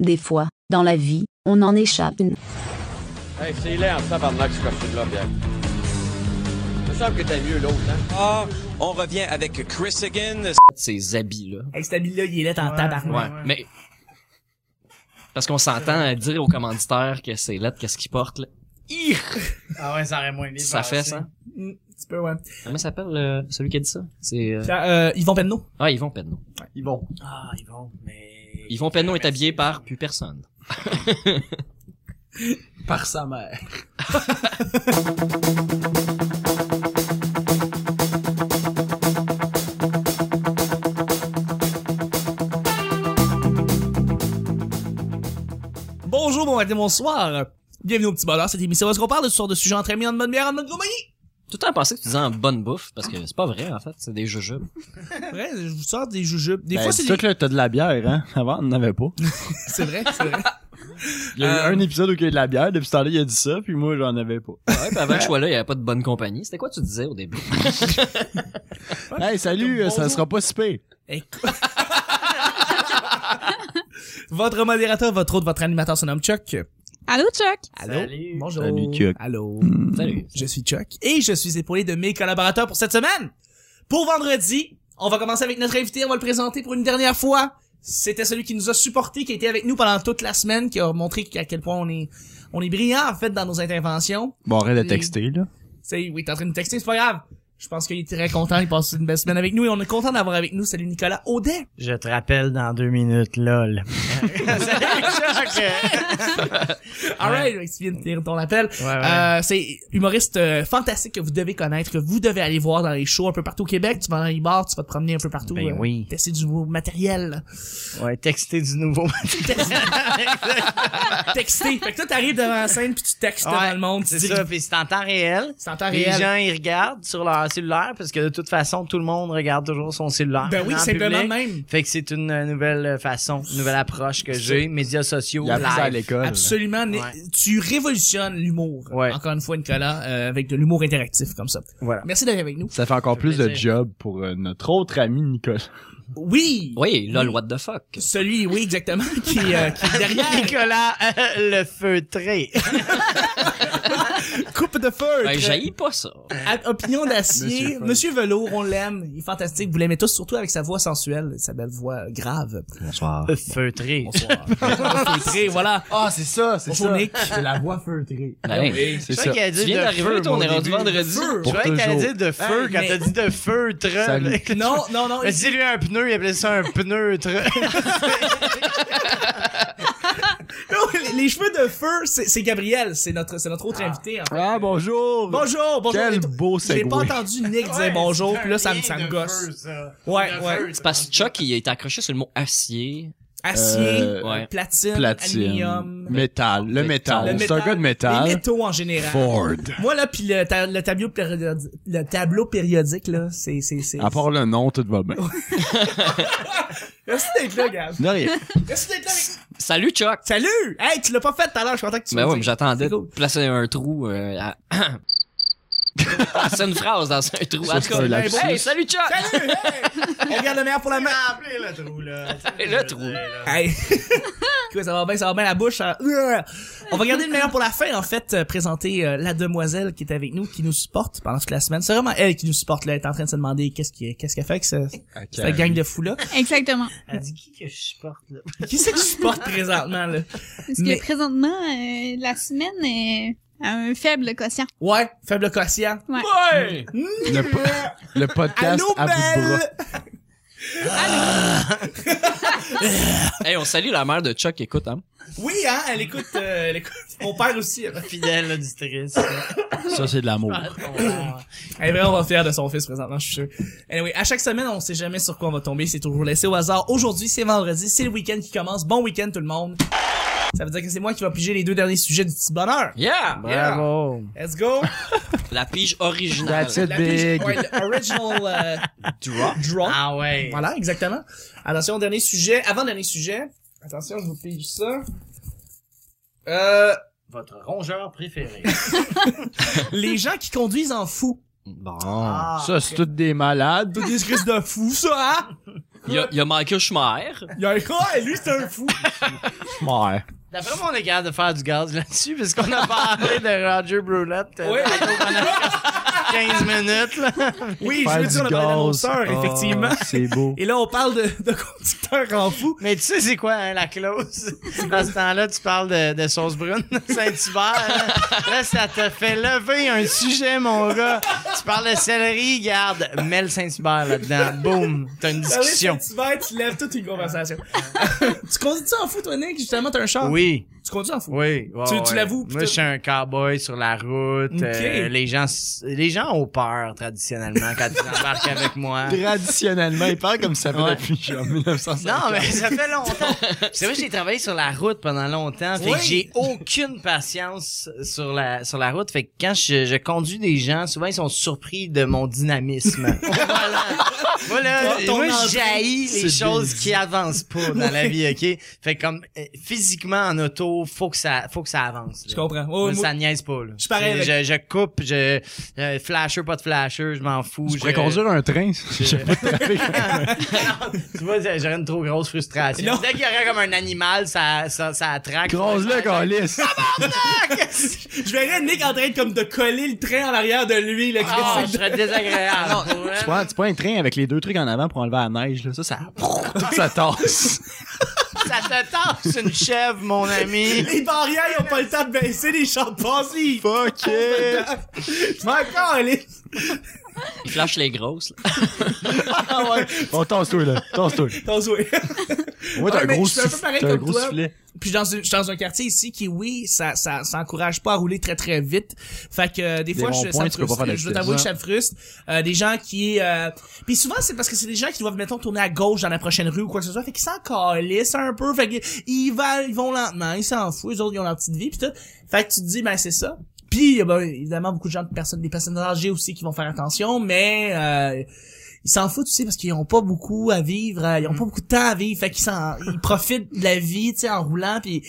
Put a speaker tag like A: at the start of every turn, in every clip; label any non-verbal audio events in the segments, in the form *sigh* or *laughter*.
A: Des fois, dans la vie, on en échappe une.
B: Hey, c'est laid en tabarnak, ce costume-là, Pierre. Il me semble que t'as mieux l'autre, hein?
C: Ah, on revient avec Chris Higgins. Ces habits-là.
D: Hey, cet habit-là, il est en
E: Ouais,
D: tabarnak.
E: ouais.
C: Ouais, mais... Parce qu'on s'entend à dire aux commanditaires que c'est lettre, qu'est-ce qu'ils portent, là. Ih!
E: Ah ouais, ça aurait moins vite.
C: Ça
E: passé.
C: fait ça.
D: Mm, petit peu, ouais.
C: Comment il s'appelle euh, celui qui a dit ça? C'est... Euh...
D: Pierre, euh, Yvon Penneau.
C: Ah, Yvon Penneau.
E: Ils vont.
D: Ah, Yvon, mais...
C: Yvon Penneau est habillé par plus personne.
D: Par sa mère. Bonjour, bon matin, bonsoir. Bienvenue au Petit Bonheur, cette émission où est-ce qu'on parle de ce genre de sujet entre amis, en bonne bière, en bonne compagnie.
C: Tout le temps pensé que tu disais en bonne bouffe, parce que c'est pas vrai, en fait. C'est des jujubes.
D: Ouais, je vous sors des jujubes. Des
F: Ben,
D: fois,
F: c'est
D: c'est
F: sûr
D: des...
F: que là, t'as de la bière, hein? *laughs* Avant, on n'en avait pas.
D: C'est vrai, c'est vrai.
F: Il y a eu
D: Euh,
F: un épisode où il y a eu de la bière, depuis ce temps-là, il a dit ça, puis moi, j'en avais *laughs* pas.
C: Ouais, puis avant que je sois là, il y avait pas de bonne compagnie. C'était quoi tu disais au début?
F: hey, salut, euh, ça sera pas si pire.
D: Écoute. votre modérateur, votre autre, votre animateur se nomme Chuck.
G: Allô, Chuck?
D: Allô?
E: Salut.
D: Bonjour.
F: Salut, Chuck.
D: Allô.
C: Salut.
D: Je suis Chuck et je suis épaulé de mes collaborateurs pour cette semaine. Pour vendredi, on va commencer avec notre invité, on va le présenter pour une dernière fois. C'était celui qui nous a supporté, qui a été avec nous pendant toute la semaine, qui a montré à quel point on est, on est brillant, en fait, dans nos interventions.
F: Bon, arrête de
D: Les-
F: texter, là.
D: Tu sais, oui, t'es en train de nous texter, c'est pas grave. Je pense qu'il est très content, il passe une belle semaine avec nous et on est content d'avoir avec nous, salut Nicolas Audet.
E: Je te rappelle dans deux minutes, lol.
D: Alright, tu viens de tenir ton appel.
E: Ah Ouais, ouais.
D: Euh, c'est humoriste euh, fantastique que vous devez connaître, que vous devez aller voir dans les shows un peu partout au Québec. Tu vas dans les bars, tu vas te promener un peu partout.
E: Ben oui.
D: Tester du nouveau
E: *laughs*
D: matériel.
E: Ouais, texter du nouveau. *laughs*
D: Texter. fait que toi, t'arrives devant la scène puis tu textes
E: Ouais,
D: devant le monde. tu
E: C'est
D: dis-
E: ça, puis c'est en temps réel.
D: C'est en temps
E: Les
D: réel.
E: gens, ils regardent sur leur cellulaire, parce que de toute façon, tout le monde regarde toujours son cellulaire.
D: Ben oui,
E: En
D: simplement
E: public.
D: même.
E: Fait que c'est une euh, nouvelle euh, façon, une nouvelle approche que j'ai, médias sociaux,
F: Il a appris ça à
E: live.
F: l'école.
D: Absolument. Ni-
E: Ouais.
D: Tu révolutionnes l'humour.
E: Ouais.
D: Encore une fois, Nicolas, euh, avec de l'humour interactif comme ça.
E: Voilà.
D: Merci d'être avec nous.
F: Ça fait encore plus de
E: plaisir.
F: job pour euh, notre autre ami, Nicolas.
D: Oui.
C: Oui, lol, what the fuck.
D: Celui, oui, exactement, *laughs* qui, euh, qui est
E: *laughs*
D: derrière
E: Nicolas euh, le *laughs* feutré.
D: coupe de feu.
C: Ben,
D: très-
C: j'haïs pas ça.
D: À- Opinion d'acier.
F: Monsieur
D: Monsieur,
F: Fun.
D: Velour, on l'aime. Il est fantastique. Vous l'aimez tous, surtout avec sa voix sensuelle, sa belle voix euh, grave.
E: Le feutré.
D: Feutré, voilà.
F: Ah, c'est ça, c'est
D: Bonjour, Nick.
F: C'est la voix feutrée.
C: Ben,
F: C'est
E: C'est
F: ça.
E: ça qu'elle a
C: tu
E: dit
C: viens
E: de
C: d'arriver,
E: feu,
C: toi, on
E: mon
C: est rendu
E: début.
C: vendredi.
E: Je
F: Pour
E: croyais qu'elle
F: toujours.
E: dit de feu
D: Hey,
E: quand
D: mais-
E: t'as dit de feutre.
F: Salut.
E: *laughs* là.
D: Non, non, non.
E: Mais
D: *laughs*
E: si lui un pneu, il appelait ça un pneutre.
D: Les- Les cheveux de feu, c'est c'est Gabriel. C'est notre, c'est notre autre invité. en fait.
F: Ah, bonjour.
D: Bonjour, bonjour.
F: Quel
D: Et toi-
F: beau
D: J'ai
F: segway.
D: pas entendu Nick dire bonjour, puis là, ça me, ça me gosse. Ouais, ouais.
C: C'est parce que Chuck, il a été accroché sur le mot acier.
D: Acier,
F: Euh,
C: ouais.
D: platine,
F: Platine.
D: aluminium.
F: Métal. Le métal.
D: le
F: C'est un gars de
D: Les
F: métal.
D: métaux en général.
F: Ford.
D: Moi, là, puis le, ta- le tableau périodique, le tableau périodique, là, c'est, c'est, c'est.
F: À part le nom, tout va bien.
D: Merci d'être là, Gab.
F: De rien.
D: Merci d'être là avec
C: Salut, Chuck!
D: Salut! Hey, tu l'as pas fait tout à l'heure, je suis content que tu
C: Ben
D: me
C: ouais,
D: dises.
C: mais j'attendais
D: C'est
C: de
D: cool.
C: placer un trou, euh, à... *coughs* C'est une phrase dans un trou. En tout
F: c'est un
C: cas,
F: lapsus.
C: hey, salut Chuck!
D: Salut! Hey! On regarde le meilleur pour la main.
E: le trou, là.
C: Le trou.
D: Hey! *laughs* Quoi, ça va bien, ça va bien la bouche. hein. On va garder le meilleur pour la fin, en fait, euh, présenter euh, la demoiselle qui est avec nous, qui nous supporte pendant toute la semaine. C'est vraiment elle qui nous supporte, là. Elle est en train de se demander qu'est-ce qui- qu'est-ce qu'elle fait avec ce-
F: euh,
D: cette gang de fous-là.
G: Exactement.
E: Elle dit qui que je supporte, là?
D: Qui c'est que tu supportes présentement, là?
G: Parce
D: Mais-
G: que présentement, euh, la semaine est à un faible quotient.
D: Ouais, faible quotient.
G: Ouais.
C: Ouais!
F: Le, po-
E: Euh,
F: le podcast
D: Allô,
F: à bout de bras.
D: Belle!
C: Hey, on salue la mère de Chuck, écoute, hein.
D: Oui, hein, elle écoute, euh, elle écoute. Mon père aussi. hein.
E: Fidèle auditrice.
F: Ça, c'est de l'amour.
D: Elle est vraiment fière de son fils présentement, je suis sûr. Anyway, à chaque semaine, on sait jamais sur quoi on va tomber, c'est toujours laissé au hasard. Aujourd'hui, c'est vendredi, c'est le week-end qui commence. Bon week-end tout le monde. Ça veut dire que c'est moi qui vais piger les deux derniers sujets du petit bonheur.
C: Yeah!
E: Bravo.
F: *laughs*
D: Let's go.
C: La pige originale.
F: That's it,
D: La pige-
F: big.
D: ouais, le original euh,
C: Drop.
D: draw.
E: Ah ouais.
D: Voilà, exactement. Attention, dernier sujet. Avant dernier sujet. Attention, je vous pige ça. Euh,
E: Votre rongeur préféré.
D: les gens qui conduisent en fou.
C: Bon.
F: Ah. Ça, c'est toutes des malades.
D: Toutes des crises de fous, ça, hein?
C: Il y a, il y a Michael Schumacher.
D: Il y a un gars, lui, c'est un fou.
F: Ouais.
E: D'après moi, on est capable de faire du gaz là-dessus, parce qu'on a *laughs* parlé de Roger Brulette euh,
D: Oui.
E: pendant 15 minutes. Là.
D: Oui,
F: Faire
D: je veux
F: du
D: dire, on
F: gaz.
D: a parlé d'annonceur,
F: Ah,
D: effectivement.
F: C'est beau.
D: Et là, on parle de, de conducteur en fou.
E: Mais tu sais, c'est quoi hein, la clause? Dans ce temps-là, tu parles de, de sauce brune *laughs* de Saint-Hubert. hein. Là, ça te fait lever un sujet, mon gars. Tu parles de céleri, garde, mets le Saint-Hubert là-dedans. Boum, t'as
D: Ah
E: une discussion.
D: Tu vas, tu lèves toute une conversation. *laughs* tu conduis ça en fou, toi, Nick? Justement, t'as un char.
E: Oui,
D: Tu conduis en fou.
E: oui. ouais,
D: Tu- tu
E: ouais.
D: l'avoues,
E: Moi,
D: putain.
E: je suis un cowboy sur la route.
D: Ok.
E: euh, les, gens, s- les gens ont peur, traditionnellement, quand ils embarquent avec moi.
F: *laughs* Traditionnellement, il parle comme ça fait
E: Ouais.
F: depuis genre 1950.
E: Non, mais ça fait longtemps. *laughs* C'est vrai, j'ai travaillé sur la route pendant longtemps. Fait
D: Oui.
E: que j'ai aucune patience sur la, sur la route. Fait que quand je, je conduis des gens, souvent, ils sont surpris de mon dynamisme. voilà. Voilà.
D: Ton- ton
E: Moi,
D: entrée,
E: je jaillis les choses qui avancent pas dans la vie, OK? Fait que comme, euh, physiquement, en auto, faut que ça, faut que ça avance.
D: Je
E: là.
D: comprends. Ouais, ouais,
E: Moi,
D: moi-
E: ça niaise pas, là.
D: Je suis pareil
E: C'est- Je, je coupe, je, euh, flasher, pas de flasher, je m'en fous.
F: Je
E: Je
F: pourrais conduire un train. Je sais
E: *laughs*
F: pas de trafic.
E: tu vois, j'aurais une trop grosse frustration.
D: Non.
E: Dès qu'il y aurait comme un animal, ça, ça, ça attraque.
F: Croise-le, câlisse.
D: Je verrais Nick en train de, comme, de coller le train en arrière de lui, là.
E: Ah, je
D: Christ.
E: serais désagréable. pour vrai.
F: Tu prends, tu prends un train avec les deux trucs en avant pour enlever la neige, là. Ça, ça, *laughs* tout ça tasse.
E: Ça te tasse une chèvre, mon ami.
D: Les barrières, ils ont pas le temps de baisser, les chars de passe, ils-
F: Fuck it.
D: Je m'en calisse.
C: Il flash les grosses. là.
F: Ah ouais. Bon, tasse-toi, là. Tasse-toi.
D: T'en souhait.
F: Moi, t'as
D: Ouais,
F: un
D: mais
F: gros
D: je suis un peu
F: souffle-
D: pareil
F: t'as un
D: comme
F: gros
D: toi.
F: soufflet.
D: Puis je suis dans, un- je suis dans un quartier ici qui, oui, ça, ça, ça encourage pas à rouler très très vite. Fait que euh, des fois, je, ça
F: ronds-points,
D: me
F: tu peux pas
D: frustre.
F: faire de
D: Je dois t'avouer que
F: vitesse.
D: ça me frustre. Euh, des gens qui... Euh... Puis souvent, c'est parce que c'est des gens qui doivent, mettons, tourner à gauche dans la prochaine rue ou quoi que ce soit. Fait qu'ils s'en calissent un peu. Fait qu'ils vont, ils vont lentement, ils s'en foutent. Les autres, ils ont leur petite vie. Puis tout. Fait que tu te dis, ben c'est ça. Puis, il y a, ben, évidemment, beaucoup de gens, de personnes, des personnes âgées aussi qui vont faire attention, mais... euh, ils s'en foutent, tu sais, parce qu'ils ont pas beaucoup à vivre, euh, ils ont pas beaucoup de temps à vivre, fait qu'ils s'en, ils profitent de la vie, tu sais, en roulant, puis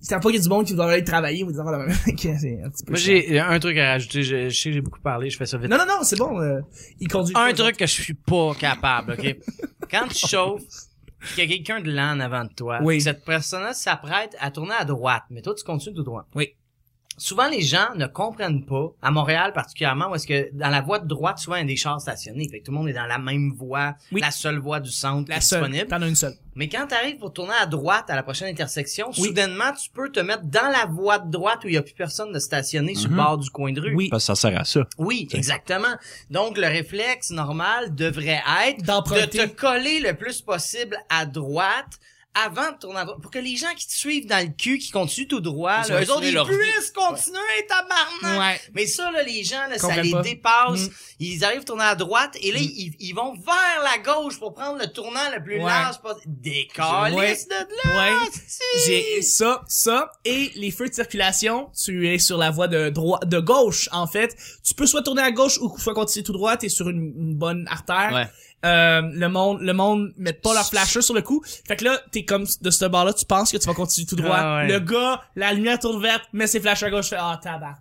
D: c'est pas qu'il y a du monde qui doit aller travailler ou des affaires de même. *laughs* Fait que c'est un petit peu
E: Moi,
D: chiant.
E: j'ai un truc à rajouter. Je, je sais que j'ai beaucoup parlé, je fais ça vite.
D: Non, non, non, c'est bon, euh, ils conduisent.
E: un
D: pas,
E: truc que je suis pas capable, OK? Quand tu chauffes, qu'il y a quelqu'un de lent en avant de toi,
D: Oui.
E: que cette personne-là s'apprête à tourner à droite, mais toi, tu continues tout droit.
D: Oui.
E: Souvent, les gens ne comprennent pas, à Montréal particulièrement, où est-ce que dans la voie de droite, souvent, il y a des chars stationnés. Fait que tout le monde est dans la même voie,
D: Oui.
E: la seule voie du centre
D: La
E: qui est
D: seule.
E: disponible.
D: T'en as une seule.
E: Mais quand tu arrives pour tourner à droite à la prochaine intersection,
D: Oui.
E: soudainement, tu peux te mettre dans la voie de droite où il n'y a plus personne de stationné sur le bord du coin de rue.
D: Mhm. Oui.
F: Parce que ça sert à ça.
E: Oui, exactement. Donc, le réflexe normal devrait être de
D: D'emprunter.
E: te coller le plus possible à droite avant de tourner à droite pour que les gens qui te suivent dans le cul, qui continuent tout droit,
C: Ils
E: là,
C: ont
E: eux autres,
C: fini
E: ils
C: leur vie.
E: puissent continuer, tabarnak!
D: Ouais.
E: Mais ça, là, les gens, là, ça
D: Comprennent
E: les
D: pas. Mm.
E: dépasse. Ils arrivent à tourner à droite et là, ils, ils vont vers la gauche pour prendre le tournant le plus
D: Ouais.
E: large possible. Décalisse
D: Ouais.
E: de là!
D: Ouais.
E: si!
D: J'ai ça, ça, et les feux de circulation, tu es sur la voie de droite, de gauche, en fait. Tu peux soit tourner à gauche ou soit continuer tout droit, t'es sur une, une bonne artère.
C: Ouais.
D: Euh, le monde, le monde met pas leur flasher sur le coup. Fait que là, t'es comme de ce bord-là, tu penses que tu vas continuer tout droit.
E: Ah ouais.
D: Le gars, la lumière tourne verte, met ses flashers à gauche, fait, ah, tabarnak.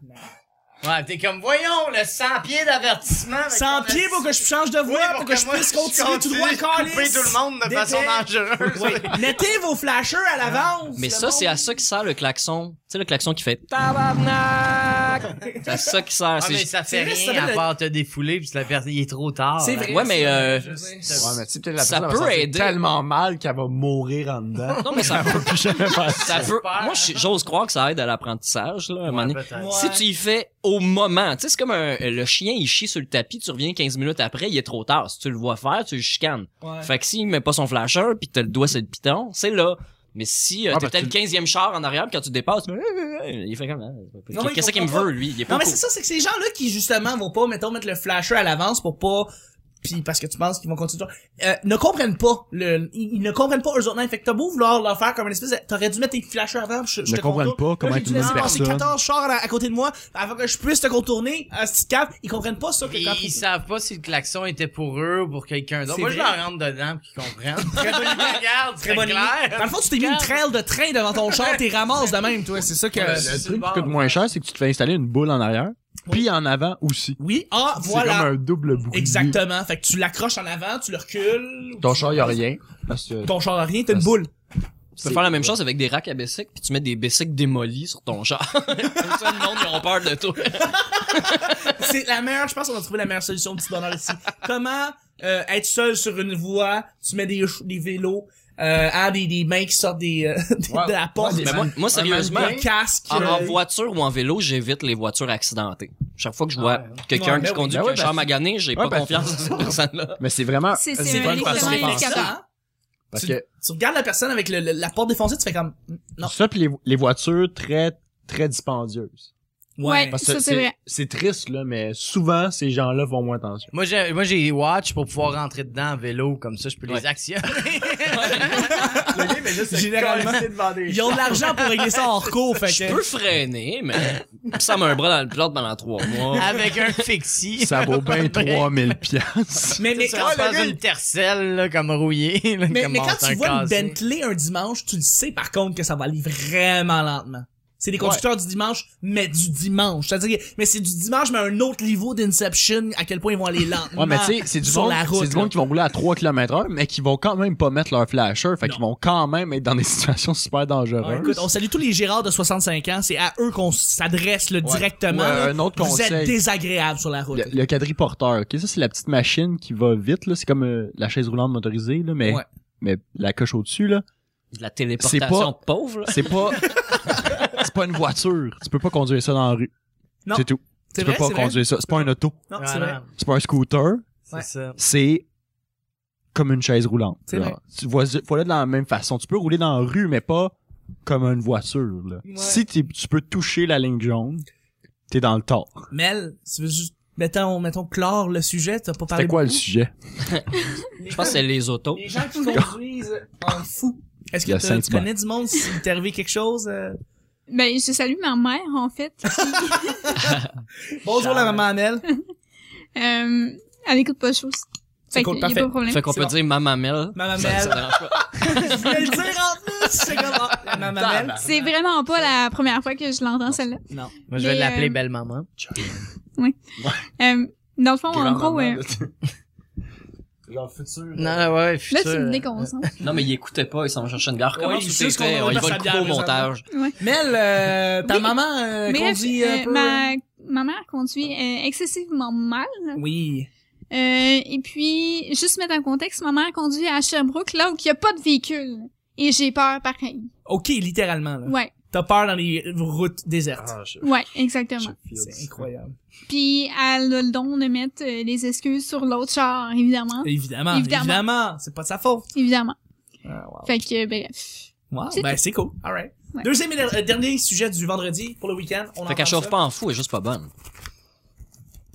E: Ouais, t'es comme, voyons, le 100 pieds d'avertissement. avec
D: Sans
E: ton
D: pied pour que je change de voie,
E: Oui,
D: pour, que, je
E: moi,
D: puisse continuer tout droit,
E: continue de couper
D: câlisse.
E: tout le monde de
D: Dépêche.
E: façon dangereuse.
D: Oui. Mettez vos flashers à l'avance.
E: Ah.
C: Mais
D: le
C: ça,
D: monde.
C: c'est à ça qui sert le klaxon. Tu sais, le klaxon qui fait
E: *laughs*
C: tabarnak. C'est à ça qui sert.
E: Ah,
C: c'est
E: mais
C: juste-
E: ça fait
D: C'est vrai, ça
E: rien
D: fait
E: à
D: le-
E: part te défouler puis la personne, il est trop tard.
D: C'est
E: là.
D: vrai.
C: Ouais, mais,
D: ça,
C: euh,
D: je sais.
F: Ouais, mais tu sais, peut-être personne
C: Ça
F: va
C: peut
F: se sentir
C: aider.
F: tellement mal qu'elle va mourir en *laughs* dedans.
C: Non, mais ça peut.
F: Puis jamais faire ça.
C: Ça hein? peut.
E: J'espère.
C: Moi, je- j'ose croire que ça aide à l'apprentissage, là, à un moment donné.
E: Peut-être.
C: Si tu y fais au moment, tu sais, c'est comme un, le chien, il chie sur le tapis, tu reviens 15 minutes après, il est trop tard. Si tu le vois faire, tu le chicanes.
D: Ouais.
C: Fait que s'il met pas son flasher puis que t'as le doigt sur le piton, c'est là. Mais si euh,
F: Ah,
C: t'es
F: parce que
C: peut-être le 15e char en arrière puis quand tu dépasses, tu- il fait comme hein,
D: Non, mais il
C: Qu'est-ce qu'il me
D: comprend
C: veut, lui? Il est pas
D: Non, mais
C: cool.
D: c'est ça, c'est que ces gens-là qui, justement, vont pas, mettons, mettre le flasher à l'avance pour pas puis parce que tu penses qu'ils vont continuer euh, ne comprennent pas le ils, ils ne comprennent pas eux autres fait que t'as beau vouloir leur faire comme une espèce de, t'aurais dû mettre tes flashers avant je, je
F: Ne
D: te
F: comprennent pas
D: contourne.
F: comment
D: Là, j'ai
F: être
D: dû
F: une
D: laisser
F: bonne
D: passer
F: personne.
D: 14 chars à, à côté de moi avant que je puisse te contourner à ce cap ils comprennent pas ça que
E: Puis
D: quand
E: ils savent pas si le klaxon était pour eux ou pour quelqu'un d'autre.
D: C'est
E: Moi, je
D: vrai.
E: leur rentre dedans pour qu'ils comprennent. *laughs* Très bonne idée. Regarde,
D: très
E: très
D: bonne idée. dans
E: clair.
D: le fond tu t'es mis une trail de train devant ton char t'es ramasse de même toi c'est ça que
E: Ouais,
F: Le
E: c'est
F: truc
E: le
F: qui coûte
E: bord.
F: moins cher, c'est que tu te fais installer une boule en arrière. Puis en avant aussi.
D: Oui. Ah,
F: C'est comme
D: voilà.
F: un double bouclier.
D: Exactement. Fait que tu l'accroches en avant, tu le recules.
F: Ton char, y a rien. Parce que
D: Ton char a rien, t'as une
F: Parce-
D: boule.
C: Tu peux faire la même chose avec des racks à bicycle, puis tu mets des bicycles démolis sur ton char. *laughs* Comme ça, le monde, ils auront peur de toi.
D: C'est la meilleure, je pense qu'on a trouvé la meilleure solution, petit bonheur ici. Comment euh, être seul sur une voie, tu mets des, ch- des vélos, euh, ah, des, des mains qui sortent des, euh, *laughs* des-
F: Ouais,
D: de la porte,
F: ouais,
C: Mais moi, moi, sérieusement,
D: un casque.
C: en, en
D: euh,
C: voiture ou en vélo, j'évite les voitures accidentées. Chaque fois que je vois quelqu'un
D: Ouais, ben
C: qui
D: oui.
C: conduit
F: Ben
C: un
F: oui,
C: char
F: parce-
C: magané, j'ai
F: Ouais,
C: pas
F: parce-
C: confiance en cette
D: Bah,
C: personne-là. *laughs*
F: Mais c'est
D: Ah,
F: vraiment
G: C'est-
F: parce
G: c'est
F: que-
G: un
F: parce
G: médicament
F: que-
G: handicapant.
F: parce
D: tu,
F: que
D: tu regardes la personne avec le- le- la porte défoncée, tu fais comme mm, non.
F: ça puis les, les voitures très très dispendieuses.
G: Ouais.
F: Parce
G: Ça,
F: que
G: c'est vrai.
F: c'est triste là, mais souvent ces gens-là vont moins
D: *laughs*
F: attention.
E: Moi, j'ai, moi, j'ai les watch pour pouvoir rentrer dedans en vélo, comme ça, je peux les
C: Ouais.
E: actionner.
D: *laughs* Généralement, ils ont de l'argent pour régler ça en recours, fait
C: Je
D: que-
C: peux freiner, mais *laughs* ça met un bras dans le plâtre pendant trois mois.
E: *laughs* Avec un fixie.
F: Ça vaut
D: *laughs*
F: bien
E: Ben,
F: 3000 piastres.
D: Mais, mais
E: tu
D: quand,
E: rentres
D: le
E: dans
D: gars,
E: une tercelle, là, comme rouillée. là,
D: mais,
E: comme
D: mais
E: on
D: quand
E: s'en
D: tu vois une
E: cassait.
D: Bentley un dimanche, tu le sais par contre que ça va aller vraiment lentement. C'est des conducteurs du dimanche, mais du dimanche. C'est-à-dire, que- mais c'est du dimanche, mais un autre niveau d'Inception, à quel point ils
F: *laughs*
D: vont aller lentement.
F: Ouais, mais tu sais, c'est du
D: sur
F: monde,
D: la route,
F: c'est du monde
D: là.
F: qui vont rouler à 3 km heure, mais qui vont quand même pas mettre leur flasher, fait qu'ils vont quand même être dans des *laughs* situations super dangereuses.
D: Ah, écoute, on salue tous les Gérards de 65 ans, c'est à eux qu'on s'adresse là, directement.
F: Ou, euh,
D: là.
F: un autre
D: Vous
F: conseil.
D: êtes désagréable sur la route.
F: Le, le quadriporteur, ok, ça c'est la petite machine qui va vite, là, c'est comme euh, la chaise roulante motorisée, là, mais,
D: Ouais.
F: mais la coche au-dessus, là,
C: De la téléportation
F: pas-
C: pauvre, là.
F: c'est pas, *laughs* c'est pas une voiture, tu peux pas conduire ça dans la rue.
D: Non.
F: C'est tout.
D: C'est
F: Tu
D: vrai,
F: peux
D: c'est
F: pas
D: vrai.
F: conduire ça, c'est pas un auto,
D: Non, c'est vrai.
E: Voilà,
F: c'est pas un scooter,
E: c'est
D: Ouais.
E: ça.
F: c'est comme une chaise roulante.
D: C'est
F: là.
D: vrai.
F: Tu vois, voilà de la même façon. Tu peux rouler dans la rue, mais pas comme une voiture. Là.
D: Ouais.
F: Si t'es- tu peux toucher la ligne jaune, t'es dans le tort.
D: Mel, tu veux juste, mettons, mettons, clore le sujet, t'as pas parlé.
F: C'était quoi le
D: beaucoup.
F: sujet?
C: Je pense que c'est les autos.
D: Les gens
F: *laughs*
D: qui conduisent en fou. Est-ce que
F: Le
D: t'as- tu
F: Saint-Hubert.
D: connais du monde s'il t'est arrivé quelque chose? euh?
G: Ben, je salue ma mère, en fait.
D: Bonjour la maman
C: *laughs*
D: Amel.
G: Euh, elle écoute pas chose.
D: C'est
G: Fait
D: cool,
G: qu'il y a
D: parfait.
G: pas de problème.
C: Fait qu'on
D: C'est
C: peut
D: bon.
C: dire Maman Mel.
D: Maman
C: Ça-
D: Mel.
C: ça dérange pas.
D: *laughs* Je voulais le dire en plus. C'est comme, ah, la maman Amel.
G: C'est vraiment pas la première fois que je l'entends, celle-là.
D: Non.
E: Moi, je vais
G: Mais,
E: l'appeler
G: euh,
E: belle maman.
G: Euh, dans le fond, en gros, euh,
F: Genre futur. euh,
E: Non, non, ouais, futur.
G: là, tu me déconcentres.
C: Non, mais il écoutait pas, il s'en va chercher une gare. Comment
D: Ouais,
C: tu
D: juste qu'on
C: t'étais?
D: va
C: Oh, Il
D: mettre
C: va
D: sa
C: le couper
D: bière
C: au montage.
D: Mel, euh, ta
G: Oui.
D: maman euh,
G: Mais
D: conduit
G: euh,
D: un peu.
G: ma, ma mère conduit euh, excessivement mal.
D: Oui.
G: Euh, et puis, juste mettre en contexte, ma mère conduit à Sherbrooke, là où il n'y a pas de véhicule. Et j'ai peur pareil.
D: Ok, littéralement. Là.
G: Ouais,
D: T'as peur dans les routes désertes.
C: Ah,
G: ouais, exactement.
D: C'est incroyable.
G: Puis, elle a le don de mettre euh, les excuses sur l'autre char, évidemment.
D: Évidemment, évidemment.
G: Évidemment.
D: C'est pas de sa faute.
G: Évidemment.
D: Ah, wow.
G: Fait que, ben, bref.
D: Wow,
G: C'est
D: ben c'est cool. All right.
G: Ouais.
D: Deuxième et der- euh, dernier sujet du vendredi pour le week-end. On
C: Fait
D: entend ça.
C: qu'elle chauffe pas en fou, elle est juste pas bonne.
F: Ben,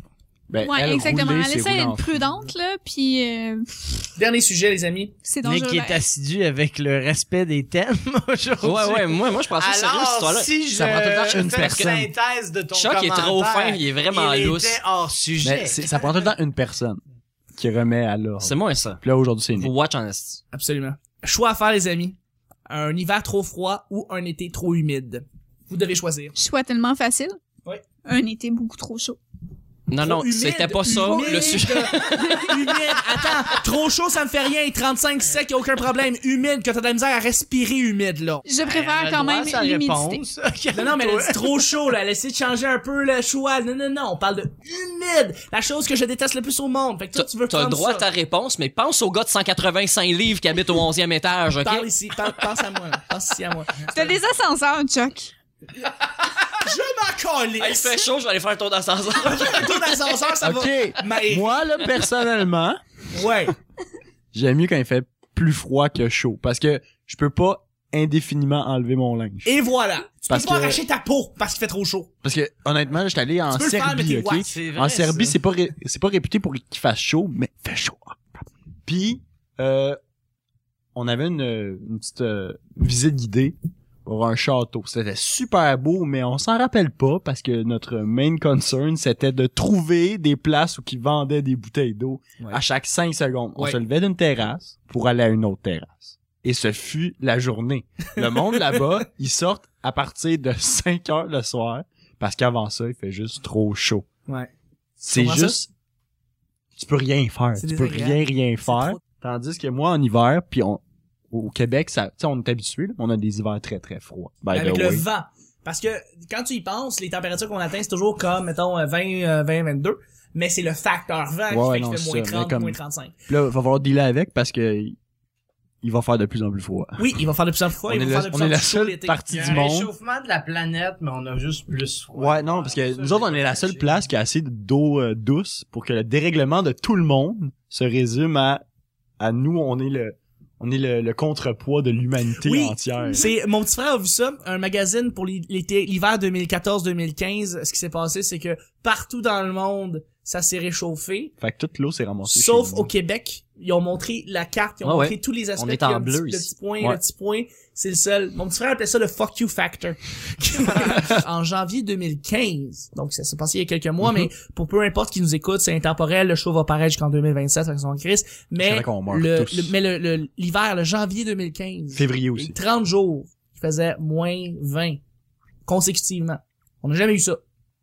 G: Ouais,
F: elle,
G: exactement.
F: rouler,
G: elle
F: c'est
G: essaie
F: rouler en-
G: d'être prudente, là, puis euh, pff,
D: Dernier sujet, les amis.
G: c'est
E: Nick
G: dangereux.
E: qui est
G: là.
E: assidu avec le respect des thèmes *laughs* aujourd'hui.
C: Ouais, ouais, moi, moi, je pense que c'est sérieux, cette
E: Alors,
C: histoire-là.
E: si je
C: Ça prend tout le temps une
E: fais
C: personne.
E: synthèse de ton
C: Choc est
E: commentaire,
C: trop fin, il est vraiment
E: il
C: lousse.
E: était hors sujet.
F: Mais c'est- ça prend tout le temps une personne qui remet à l'ordre.
C: C'est moins ça.
F: Puis là, aujourd'hui, c'est
C: Faut
F: Nick.
C: watch en esti.
D: Absolument. Choix à faire, les amis. Un hiver trop froid ou un été trop humide. Vous devez choisir.
G: Choix tellement facile.
D: Ouais.
G: Un été beaucoup trop chaud.
C: Non, non,
D: Trop humide,
C: c'était pas ça
D: humide,
C: le sujet.
D: *laughs* humide. Attends, trop chaud, ça me fait rien. 35 sec, y a aucun problème. Humide, que t'as de la misère à respirer humide, là.
G: Je
E: Ben, Elle
G: préfère
E: a
G: quand
E: droit à
G: même
E: sa
G: l'humidité.
E: *laughs* réponse.
D: Non, non, mais elle a dit trop chaud, là. Laissez changer un peu le choix. Non, non, non. On parle de humide. La chose que je déteste le plus au monde. Fait que toi, tu veux
C: T'as le
D: prendre
C: droit à
D: ça.
C: ta réponse, mais pense au gars de 185 livres qui habite au 11e étage, ok?
D: Parle ici. Parle, pense à moi, là. Pense ici à moi.
G: T'as des ascenseurs, Chuck.
D: Je m'en calisse.
C: Ah, Il fait chaud, je vais aller faire un tour d'ascenseur.
D: Ton ascenseur, ça
F: Ok,
D: va. Mais-
F: moi, là, personnellement, *laughs*
D: Ouais.
F: j'aime mieux quand il fait plus froid que chaud, parce que je peux pas indéfiniment enlever mon linge.
D: Et voilà. Tu
F: Parce
D: peux pas
F: que-
D: arracher ta peau parce qu'il fait trop chaud.
F: Parce que honnêtement, j'étais allé en
D: peux le faire, mais
F: Serbie,
D: t'es
F: ok.
D: white,
E: c'est vrai,
F: en Serbie,
E: ça.
F: c'est pas ré- c'est pas réputé pour qu'il fasse chaud, mais il fait chaud. Puis euh, on avait une, une petite euh, visite guidée pour un château. C'était super beau, mais on s'en rappelle pas parce que notre main concern c'était de trouver des places où qui vendaient des bouteilles d'eau
D: Ouais.
F: à chaque cinq secondes. On
D: Ouais.
F: se levait d'une terrasse pour aller à une autre terrasse. Et ce *laughs* fut la journée. Le monde là-bas, ils sortent à partir de 5 heures le soir Parce qu'avant ça, il fait juste trop chaud.
D: Ouais.
F: C'est
D: Comment ça?
F: juste, tu peux rien faire.
D: C'est
F: Tu peux
D: désagréable.
F: rien, rien
D: C'est
F: faire.
D: trop-
F: Tandis que moi, en hiver, puis on, au Québec, ça, tu sais, on est habitué, là, on a des hivers très, très froids. By
D: avec
F: the
D: le
F: way.
D: vent. Parce que quand tu y penses, les températures qu'on atteint, c'est toujours comme, mettons, euh, 20, euh, 20 22. Mais c'est le facteur vent
F: Ouais,
D: qui fait
F: non,
D: qu'il fait
F: c'est
D: moins
F: ça,
D: 30,
F: mais comme-
D: moins 35.
F: Puis là, va falloir dealer avec parce que il va faire de plus en plus froid.
D: Oui, il va faire de plus en plus froid,
F: On
D: il
F: est
D: va
F: le-
D: faire de
F: on
D: plus en
F: est
D: plus
F: la
D: chaud
F: seule
D: l'été.
F: partie
E: Il y a
F: du
E: un
F: monde.
E: réchauffement de la planète, mais on a juste plus froid.
F: Ouais, non, parce que
E: Ça,
F: nous
E: j'ai
F: autres, on
E: pas
F: est la
E: catché.
F: seule place qui a assez d'eau euh, douce pour que le dérèglement de tout le monde se résume à, à nous, on est le, on est le, le contrepoids de l'humanité
D: Oui.
F: entière.
D: C'est mon petit frère a vu ça, un magazine pour l'hi- l'été- l'hiver 2014-2015. Ce qui s'est passé, c'est que partout dans le monde, ça s'est réchauffé,
F: Fait que toute l'eau s'est ramassée.
D: sauf
F: chez nous. Ah
D: au Québec. Ils ont montré la carte, ils ont
C: Ouais,
D: montré
C: ouais.
D: tous les aspects.
C: On est
D: puis
C: en
D: il y a le
C: bleu
D: petit-
C: ici.
D: Le petit point,
F: Ouais.
D: le petit point, c'est le seul. Mon petit frère appelait ça le fuck you factor. en janvier 2015, donc ça s'est passé il y a quelques
F: Mhm.
D: mois, mais pour peu importe qui nous écoute, c'est intemporel. Le show va paraître jusqu'en 2027, avec son Christ. Mais
F: C'est vrai qu'on meurt
D: le-
F: tous.
D: le- mais le- le- l'hiver, le, janvier 2015.
F: Février
D: Et
F: aussi.
D: 30 jours, il faisait moins 20 consécutivement. On n'a jamais eu ça.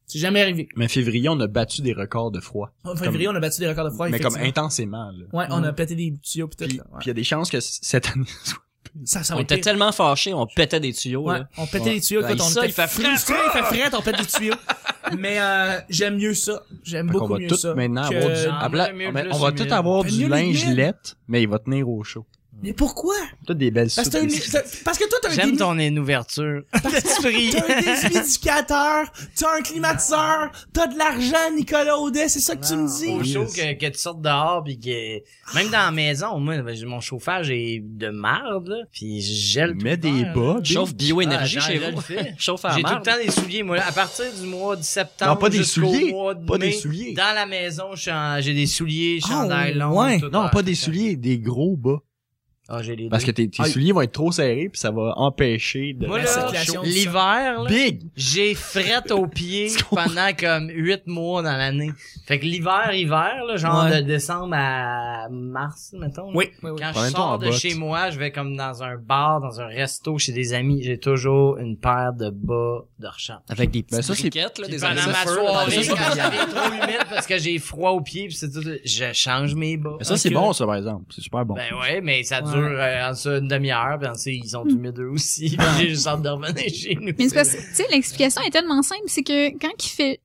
D: C'est jamais arrivé.
F: Mais février, on a battu des records de froid.
D: En février, on a battu des records de froid.
F: mais comme
D: effectivement.
F: intensément, là.
D: Ouais, on a pété des tuyaux pis tout.
F: Mm. Puis,
D: là.
F: puis
D: Ouais.
F: il y a des chances que c- cette année *laughs* soit-
D: Ça, ça
C: On
D: va
C: était
D: être pire.
C: tellement fâchés, on pétait des tuyaux.
D: Ouais,
C: là.
D: on pétait
F: Ouais.
D: des tuyaux.
C: Là,
D: écoute,
C: il
D: on
C: sort,
D: était
C: il fait frais.
D: frustrés, il fait frais, on pète des tuyaux. Mais euh, j'aime mieux ça. J'aime
F: Fait qu'on
D: beaucoup
F: va
D: mieux
F: tout
D: ça.
F: maintenant
D: que-
F: avoir du,
E: Ah,
F: à pla-
E: mieux
F: on va-
E: plus
F: on va
E: humide.
F: tout avoir
D: Mais
F: du
D: mieux
F: linge
D: humide.
F: lette, mais il va tenir au chaud.
D: Mais pourquoi?
F: Toutes des belles
D: Parce que, t'as
F: soupes.
D: une- t'as- parce que toi, t'as un, démi-
E: J'aime ton ouverture. D'esprit.
D: t'as *laughs* un déshumidificateur, t'as un climatiseur, t'as de l'argent, Nicolas Audet, c'est ça que tu me
E: Au
D: dis?
E: chaud que, que tu sortes dehors puis que même dans la maison moi j'ai- mon chauffage est de merde là puis je gèle tout
F: Mets
E: le
F: des
E: temps,
F: bas,
E: là.
F: des-
C: Chauffe bioénergie
E: Ah,
C: chez
E: je le
C: vous.
E: fais.
C: *laughs* Chauffe à
E: j'ai tout le
C: marde.
E: temps des souliers moi à partir du mois de septembre
F: Non, pas des
E: jusqu'au
F: souliers,
E: mois de
F: pas
E: mai,
F: des souliers. Ah,
E: dans la maison je suis en- j'ai des souliers chandail long
D: ouais.
E: tout
F: Non,
E: en-
F: pas des souliers, des gros bas.
E: ah j'ai les
F: Parce que
E: deux.
F: tes, tes
E: Ah,
F: souliers vont être trop serrés puis ça va empêcher de
E: Moi,
D: La
E: là,
D: circulation du sang.
E: l'hiver là,
F: Big!
E: J'ai frette
F: *laughs*
E: aux pieds pendant comme huit mois dans l'année. Fait que l'hiver, hiver, là, genre
D: Ouais.
E: de décembre à mars, mettons.
D: Oui, oui, oui.
E: Quand je
F: Promène-toi en
E: sors de
F: bottes.
E: chez moi, je vais comme dans un bar, dans un resto, chez des amis, j'ai toujours une paire de bas de rechange.
C: Avec des
F: Ben, ça, c'est-
C: briquettes, là,
E: Puis
C: des
E: pendant
C: amis de
E: ma
C: feu,
E: soirée,
C: là, ça,
E: quand *laughs* c'est trop humide parce que j'ai froid aux pieds, pis c'est tout, je change mes bas.
F: Mais ça, c'est
D: Ok.
F: bon, ça, par exemple. C'est super bon.
E: Ben ouais, mais ça dure
D: Ouais.
E: euh, en ça une demi-heure, puis ensuite ils sont humides eux aussi, *laughs* puis j'ai juste hâte de revenir chez nous.
G: Mm. Mais c'est
D: Ben,
G: parce que, tu sais, l'explication est tellement simple, c'est que quand il fait,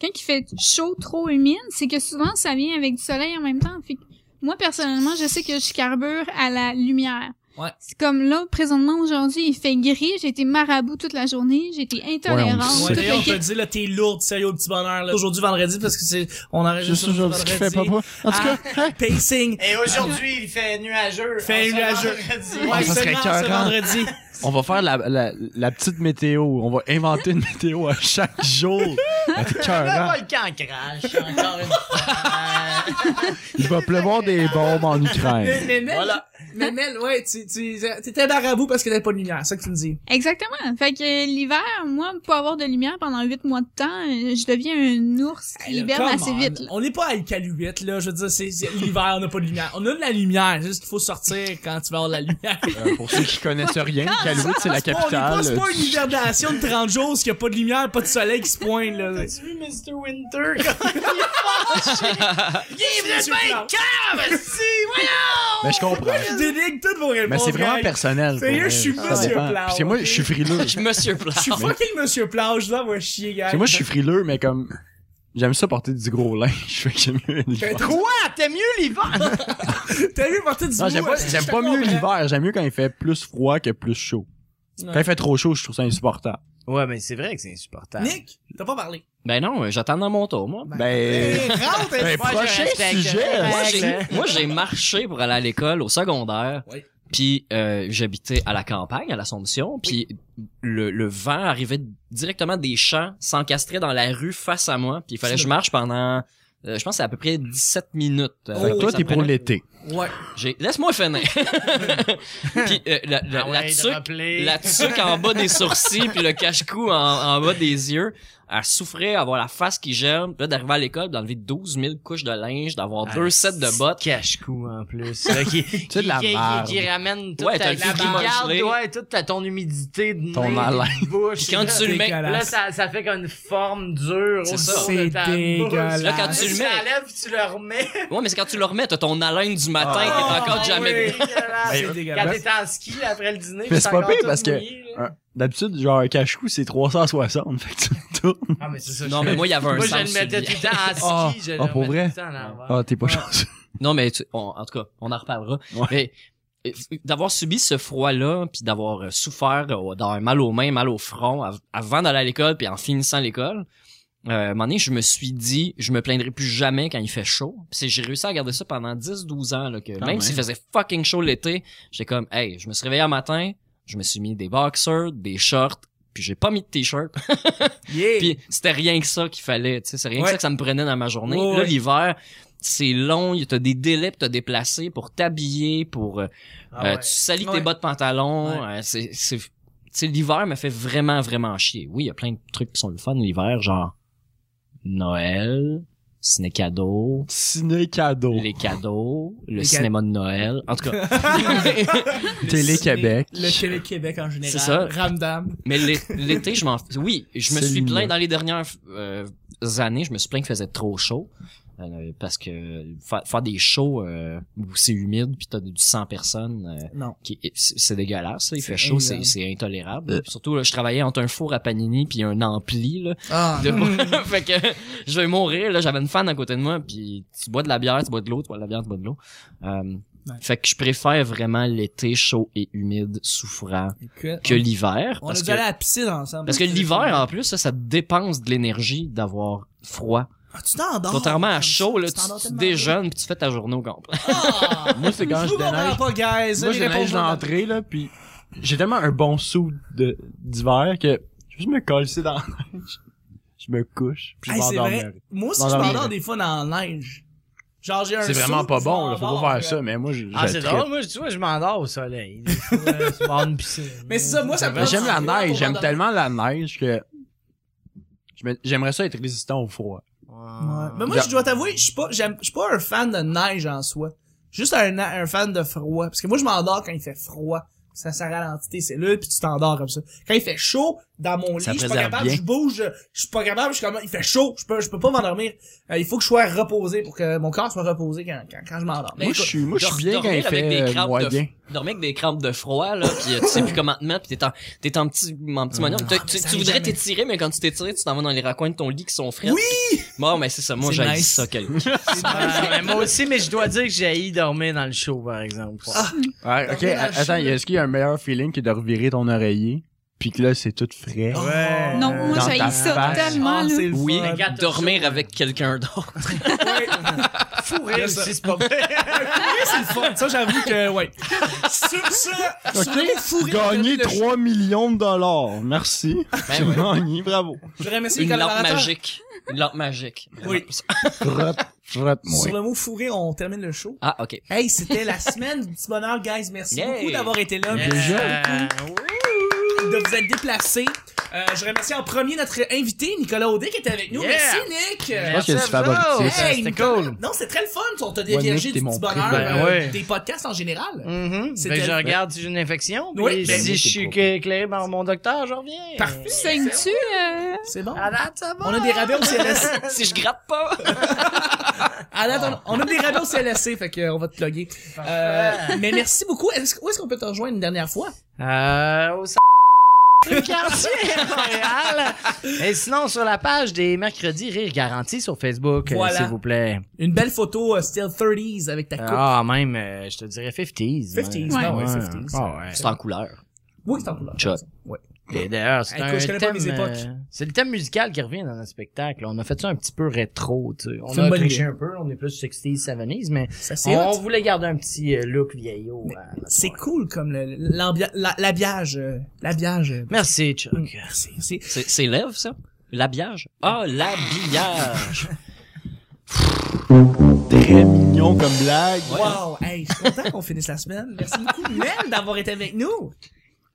G: quand il fait chaud, trop humide, c'est que souvent ça vient avec du soleil en même temps. Fait que moi, personnellement, je sais que je carbure à la lumière.
D: Ouais.
G: C'est comme là, présentement, aujourd'hui, il fait gris, j'ai été marabout toute la journée, j'ai été
F: Ouais, on
G: intolérante.
F: le
D: Ouais,
F: C'est-
D: d'ailleurs, on
G: Fait
D: te
G: que-
D: le dit, là, t'es lourde, sérieux, au petit bonheur, là. Aujourd'hui, vendredi, parce que c'est, on
F: je
D: enregistre
F: sais, je sais
D: vendredi.
F: qu'il fait pas moi. En tout cas, hein?
D: Ah, pacing.
E: Et aujourd'hui, il fait nuageux.
D: Fait
E: On se
D: nuageux.
E: vendredi.
D: Ouais,
F: ça serait
D: seulement ce
F: écœurant.
D: vendredi.
F: on va faire la, la, la petite météo. On va inventer une météo à chaque jour. Ah, t'es
E: Le
F: écœurant.
E: volcan crache encore une *laughs* fois.
F: Il va pleuvoir des bombes en Ukraine.
D: Mais Mel, mais Mel, ouais, tu, tu, t'étais marabout parce que t'avais pas de lumière, c'est ça que tu me dis.
G: Exactement. Fait que euh, l'hiver, moi, pour avoir de lumière pendant huit mois de temps, euh, je deviens un ours qui
D: Hey, là,
G: hiberne
D: come
G: assez
D: on.
G: vite. là.
D: On n'est pas à Alcalu 8, là. Je veux dire, c'est, c'est l'hiver, on n'a pas de lumière. On a de la lumière, juste qu'il faut sortir quand tu vas avoir de la lumière.
F: Euh, pour ceux qui connaissent rien, Calvut, c'est la
D: C'est pas- *laughs* on est pas-
F: capitale.
D: C'est pas une hibernation de 30 jours s'il n'y a pas de lumière, pas de soleil qui se pointe, *laughs* là.
E: T'as-tu vu Mr. Winter?
D: Monsieur Clark.
E: Cave, si,
F: Mais Ben, je comprends.
D: Je dénigre toutes vos réponses.
F: Mais c'est vraiment
D: gang.
F: personnel. pour
D: Sérieux,
F: vrai.
D: je suis
F: Ça
D: monsieur
F: dépend.
D: Plow,
F: Parce que moi, je suis frileux.
C: Je me suis plaint.
D: Je suis fucking Monsieur Plage, là, moi, chier, gars.
F: Parce que moi, je suis frileux, mais comme... J'aime ça porter du gros linge. *laughs* Fait que j'aime mieux l'hiver.
E: Quoi? T'aimes mieux
F: *laughs*
E: l'hiver?
D: T'as vu partir du
F: Non,
D: bout,
F: j'aime pas,
D: hein,
F: j'aime
D: je
F: pas
D: te
F: mieux
D: comprends.
F: l'hiver. J'aime mieux quand il fait plus froid que plus chaud. Quand il fait trop chaud, je trouve ça insupportable.
E: Ouais, mais c'est vrai que c'est insupportable.
D: Nick, t'as pas parlé.
C: Ben non, euh, j'attends dans mon tour, moi.
F: Ben,
D: rentre, hein,
F: ben,
E: moi, je
F: prochain
E: respecte.
F: sujet.
E: Ouais.
C: Moi, j'ai-
E: Règle.
C: Moi, j'ai marché pour aller à l'école au secondaire.
D: Oui.
C: Puis euh, j'habitais à la campagne, à l'Assomption. Puis le, le vent arrivait directement des champs, s'encastrait dans la rue face à moi. Puis il fallait que je marche pendant, euh, je pense, que c'est à peu près 17 minutes.
F: Fait que
C: Euh,
F: toi,
C: ça
F: t'es
C: me
F: pour
C: prenait-
F: l'été.
D: Ouais.
C: J'ai- Laisse-moi finir. *laughs* puis euh, la,
E: Ah
C: la- la tuque- la tuque en bas des sourcils puis le cache-cou en, en bas des yeux. Elle souffrait à avoir la face qui gèle. Puis là, d'arriver à l'école, d'enlever 12 000 couches de linge, d'avoir
E: Ah,
C: deux sets de bottes.
E: Cache-cou en plus.
C: *laughs*
E: là, qui, qui,
F: de la
E: qui- qui-
F: merde.
E: qui ramène toute
C: Ouais,
E: ta,
C: t'as le
E: qui
C: fou qui mange
E: garde,
C: gelé.
E: ouais, toute ta- ton humidité de
F: Ton
E: nez,
F: haleine.
E: de bouche.
C: Puis quand
E: là,
C: tu le mets,
D: dégueulasse.
E: Là, ça, ça fait comme une forme dure
C: C'est
E: au
C: ça.
E: de ta
D: C'est
E: bouche.
D: dégueulasse.
C: Là, quand tu le mets-
E: l'enlèves, puis tu le remets.
C: Ouais, mais c'est quand tu le remets, t'as ton haleine du matin
F: Ah.
C: qui est encore
E: Oh,
C: jamais
E: oui,
C: venue.
E: dégueulasse.
D: C'est
E: Quand
D: dégueulasse.
E: t'es en ski après le dîner,
F: Mais
E: t'es
F: c'est pas
E: encore
F: pire
E: tout
F: parce que-
E: mouillé, là.
F: Un- D'habitude, genre, un cache-cou, c'est 360. Fait que tu le tournes.
E: Ah, mais c'est ça.
C: Non,
E: je-
C: mais moi, il y avait un
E: Moi, je
C: sens
E: le mettais tout
C: soulier.
E: le temps en
F: Ah,
E: ski. je le
F: ah, pour
E: mettais
F: vrai?
E: tout le temps à l'envers.
F: Ah, t'es pas chanceux. *laughs*
C: Non, mais tu- on- en tout cas, on en reparlera. Mais euh, d'avoir subi ce froid-là, puis d'avoir euh, souffert euh, d'avoir mal aux mains, mal au front, av- avant d'aller à l'école, puis en finissant l'école, euh, à un moment donné, je me suis dit, je me plaindrai plus jamais quand il fait chaud. Puis c'est- j'ai réussi à garder ça pendant 10-12 ans, là, que
F: Quand
C: même
F: même.
C: s'il faisait fucking chaud l'été, j'étais comme, hey, je me suis réveillé un matin, je me suis mis des boxers, des shorts, puis j'ai pas mis de t-shirt.
D: Yeah.
C: Puis c'était rien que ça qu'il fallait, tu sais, c'est rien
D: Ouais.
C: que ça que ça me prenait dans ma journée.
D: Ouais,
C: là
D: ouais.
C: l'hiver, c'est long, y- t'as des délais pour te déplacer, pour t'habiller, pour euh,
E: Ah
C: euh,
E: ouais.
C: tu salis
D: Ouais.
C: tes bas de pantalon,
D: Ouais.
C: euh, c'est c'est tu sais l'hiver me fait vraiment vraiment chier. Oui, il y a plein de trucs qui sont le fun l'hiver, genre Noël, ciné cadeau,
F: Ciné cadeau.
C: les cadeaux, le
D: Oh. Les
C: cinéma de Noël, en tout cas.
F: Télé-Québec.
D: Le Télé-Québec en général.
C: C'est ça.
D: Ramdam.
C: Mais l'é- l'été, je m'en... Oui, je me
F: C'est
C: suis plaint
F: lumineux.
C: dans les dernières euh, années, je me suis plaint qu'il faisait trop chaud. euh, parce que fa- faire des shows euh, où c'est humide puis t'as du 100 personnes euh,
D: Non.
C: qui c'est c'est dégueulasse ça. il
D: C'est
C: fait chaud c'est
D: horrible.
C: c'est intolérable Puis surtout là, je travaillais entre un four à panini puis un ampli là
D: Ah.
C: de-
D: *laughs*
C: fait que je vais mourir là j'avais une fan à côté de moi puis tu bois de la bière tu bois de l'eau tu bois de la bière tu bois de l'eau Euh, fait que je préfère vraiment l'été chaud et humide souffrant que l'hiver
D: On a
C: parce
D: dû
C: que
D: aller à la piscine ensemble.
C: parce que l'hiver, en plus, ça, ça te dépense de l'énergie d'avoir froid.
D: Ah, tu t'endors.
C: Contrairement à chaud, là,
D: Tu
C: tu,
D: t'endors
C: tu
D: tellement
C: déjeunes puis tu fais ta journée au complet.
F: Moi, c'est quand
D: Je
F: je
D: vous comprends
F: déneige.
D: pas, guys.
F: Moi,
D: Les
F: j'ai neige
D: réponses-
F: d'entrée, là, puis j'ai tellement un bon sou de d'hiver que je vais juste me coller dans la neige. Je me couche, puis je
D: Hey, c'est
F: m'endormirai.
D: vrai. Moi aussi,
F: Dans
D: je
F: la
D: m'endors
F: rue.
D: des fois dans la neige. Genre, j'ai un
F: C'est vraiment
D: saut,
F: pas
D: je
F: bon, là,
D: m'endors,
F: faut pas faire
D: je-
F: ça, mais moi, je je
E: Ah, c'est
F: trippe.
E: drôle. Moi, tu vois, je m'endors au soleil. Des fois,
F: *laughs*
E: euh, sur le bord d'une piscine.
D: Mais c'est ça, moi, ça me
F: Mais j'aime la
D: prend-
F: neige, j'aime tellement la neige que je me- j'aimerais ça être résistant au froid.
D: Ouais.
F: Euh,
D: Mais moi, je dois t'avouer, je suis pas, j'aime, je suis pas un fan de neige en soi. Juste un, un fan de froid. Parce que moi, je m'endors quand il fait froid. Ça, ça ralentit tes cellules, puis tu t'endors comme ça. Quand il fait chaud, dans mon lit,
F: Ça
D: je suis pas
F: préserve
D: capable,
F: bien.
D: je bouge, je- je suis pas capable, je suis comme, il fait chaud, je peux, je peux pas m'endormir. Euh, il faut que je sois reposé pour que mon corps soit reposé quand, quand, quand je m'endors.
F: Moi, je suis, moi, je suis bien quand il
C: Dormir avec
F: fait
C: des
F: euh,
C: crampes
F: moyen.
C: De, dormir avec des crampes de froid, là, pis euh, tu sais plus comment te mettre, pis t'es en, t'es en petit, en petit bonhomme. T'as-
D: mais
C: tu,
D: ça
C: tu
D: arrive
C: voudrais
D: jamais.
C: t'étirer, mais quand tu t'étires, tu t'en vas dans les raccoins de ton lit qui sont frais.
D: Oui!
C: Bon, mais c'est ça, moi,
D: C'est
C: j'ai
D: nice.
C: ça quelque
E: Ouais, mais moi aussi, mais je dois dire que j'ai haï dormir dans le show, par exemple.
D: Ah,
F: Ouais, ok,
D: Dormir dans le
F: attends,
D: chaud.
F: est-ce qu'il y a un meilleur feeling que de revirer ton oreiller, puis que là, c'est tout frais?
E: Ouais.
G: Non, moi,
F: Dans
G: j'ai
F: ta
G: ça
F: face.
G: tellement,
D: Ah,
G: là.
D: c'est le
C: Oui,
D: fun.
E: regarde,
C: dormir avec quelqu'un d'autre.
E: fourré
D: ça.
E: aussi, c'est pas vrai.
D: Oui, c'est le fun. Ça, j'avoue que, ouais. Sur ça, sur le fourré,
F: Gagner
D: le-
F: 3 millions de dollars. Merci. J'ai
C: ouais.
F: gagné, bravo.
D: J'aurais aimé ça,
C: Une
D: les
C: lampe
D: collaborateurs.
C: magique. Une lampe magique.
D: Oui.
F: Frotte, frotte, moi.
D: Sur le mot fourré, on termine le show.
C: Ah, ok.
D: Hey, c'était la semaine du petit bonheur, guys. Merci
C: Yeah.
D: beaucoup d'avoir été là,
E: Euh,
D: de vous être déplacés. Euh, je remercie en premier notre invité, Nicolas Audet, qui était avec nous.
E: Yeah.
D: Merci, Nick!
E: Je
F: pense que c'est favori.
D: Hey,
E: C'était
D: Nicolas-
E: cool.
D: Non, c'est très le fun. On t'a
F: Ouais,
D: déviagé
F: Nick,
D: du
F: t'es mon
D: petit bonheur,
E: préféré.
D: euh,
E: Ouais.
D: des podcasts en général.
E: Mhm. Fait
D: C'était-
E: que je regarde si j'ai une infection. Puis
D: Oui,
F: moi,
D: ben,
E: si je
F: t'es
E: suis
F: propre.
E: éclairé par mon docteur, je reviens.
D: Parfait.
G: Saignes-tu, euh,
D: C'est bon.
E: À date, ça va.
D: On a des rabais au CLSC.
C: si je gratte pas.
D: Ah, non, attends, on a des rabais au CLSC, fait qu'on va te plugger. Euh, mais merci beaucoup. Est-ce- où est-ce qu'on peut te rejoindre une dernière fois?
E: Euh, au le quartier à Montréal. *laughs* Et sinon, sur la page des mercredis Rire Garanti sur Facebook, euh,
D: Voilà.
E: s'il vous plaît.
D: Une belle photo euh, Still 30s avec ta coupe.
E: Ah, même, euh, je te dirais 50s.
D: 50s,
G: Ouais.
D: non, ouais,
E: Ouais.
D: 50s.
E: Ah, ouais.
C: C'est en couleur.
D: Oui, c'est en couleur.
C: Chut.
E: Et D'ailleurs, c'est
D: Hey,
E: un
D: écoute, je connais pas
E: thème,
D: mes époques.
E: euh, c'est le thème musical qui revient dans notre spectacle. On a fait ça un petit peu rétro, tu sais. On
D: C'est une
E: a
D: bonne
E: triché
D: idée.
E: un peu, on est plus 60s, 70s, mais
D: Ça, c'est
E: on,
D: hot.
E: voulait garder un petit euh, look vieillot.
D: Mais
E: à notre
D: C'est
E: soirée.
D: cool comme le- l'ambia- la- l'habillage. euh, L'habillage. euh,
E: Merci, Chuck.
D: mm, Merci. c'est-
C: C'est c'est lèvres,
D: Ah,
C: ça? L'habillage? Ah, l'habillage!
F: très mignon comme blague.
D: Wow! Hey, je suis content qu'on finisse la semaine. Merci beaucoup, Mel, d'avoir été avec nous.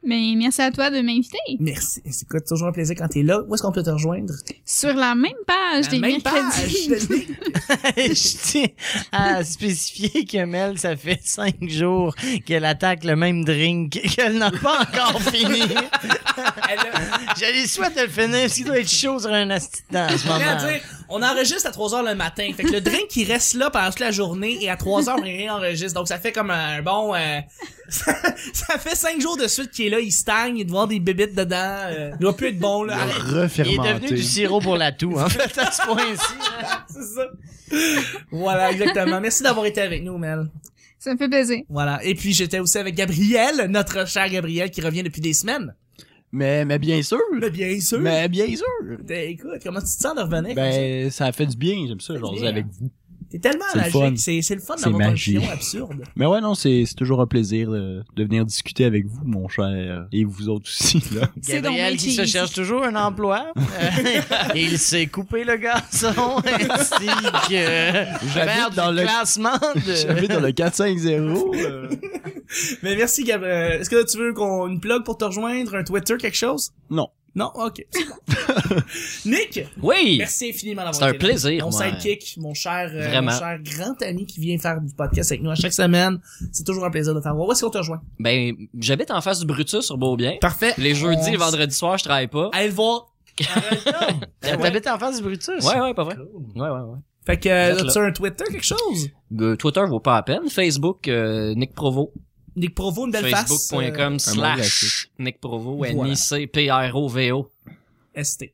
G: Mais merci à toi de m'inviter.
D: Merci. C'est quoi, toujours un plaisir quand t'es là. Où est-ce qu'on peut te rejoindre?
G: Sur la même page
D: La
G: des
D: même
G: mercredis.
D: page.
E: je tiens à spécifier que Mel, ça fait cinq jours qu'elle attaque le même drink qu'elle n'a pas encore
F: *laughs*
E: fini.
D: *laughs* Elle a-
E: Je lui souhaite de le finir parce qu'il doit être chaud sur un assistant en ce
D: Je voulais
E: moment.
D: dire, on enregistre à 3h le matin. Fait que le drink, il reste là pendant toute la journée et à 3h, on réenregistre. Donc, ça fait comme un bon... euh, *laughs* ça, ça fait 5 jours de suite qu'il est là. Il stagne, il doit avoir des bébites dedans. euh, il doit plus être bon, là. Arrête,
F: Le
E: Il est devenu
F: refermenté.
E: du sirop pour la toux, en fait, à ce point-ci.
D: c'est ça. Voilà, exactement. Merci d'avoir été avec nous, Mel.
G: *laughs* Ça me fait plaisir.
D: Voilà. Et puis, j'étais aussi avec Gabriel, notre cher Gabriel, qui revient depuis des semaines.
F: Mais, mais bien sûr.
D: Mais bien sûr.
F: Mais bien sûr.
D: T'es- Ben, Écoute, comment tu te sens de revenir? comme ça?
F: Ben, ça fait du bien, j'aime ça, genre,
D: bien.
F: avec vous.
D: T'es tellement
F: c'est le fun.
D: magique. C'est c'est le fun
F: C'est
D: d'avoir un
F: magie.
D: chien absurde.
F: Mais ouais, non, c'est c'est toujours un plaisir euh, de, venir discuter avec vous, mon cher, euh, et vous autres aussi, là.
G: *laughs* C'est donc
E: Gabriel
G: bien
E: qui se
G: cheesy.
E: cherche toujours un
G: *laughs*
E: emploi. Euh, et il s'est coupé le garçon ainsi que
F: J'habite
E: faire du
F: dans le-
E: classement
F: J'avais
E: de...
F: dans le 4-5-0. euh,
D: Mais merci, Gabriel. Est-ce que tu veux qu'on une plug pour te rejoindre, un Twitter, quelque chose?
F: Non.
D: Non, ok. c'est bon. *laughs* Nick,
C: Oui!
D: merci infiniment d'avoir
C: C'est un
D: été là.
C: plaisir,
D: Mon
C: moi.
D: sidekick, mon cher, euh,
C: Vraiment.
D: mon cher grand ami qui vient faire du podcast avec nous à chaque semaine. C'est toujours un plaisir de t'avoir. Où est-ce qu'on te rejoint?
C: Ben, j'habite en face du Brutus sur Beaubien.
D: Parfait.
C: Les jeudis,
D: On
C: le vendredi soir, je travaille pas.
D: Allez le
C: *laughs*
D: voir.
E: T'habites en face du Brutus?
C: Ouais, ouais, pas vrai. Ouais, ouais, ouais.
D: Fait que, euh,
C: Vous êtes
D: as-tu un Twitter, quelque chose?
C: Euh, Twitter vaut pas la peine. Facebook, euh, Nick Provo.
D: Nick Provo, une belle face. euh,
C: Facebook.com slash
F: classique.
C: Nick Provo.
D: Voilà.
C: N-I-C-P-R-O-V-O.
D: ST.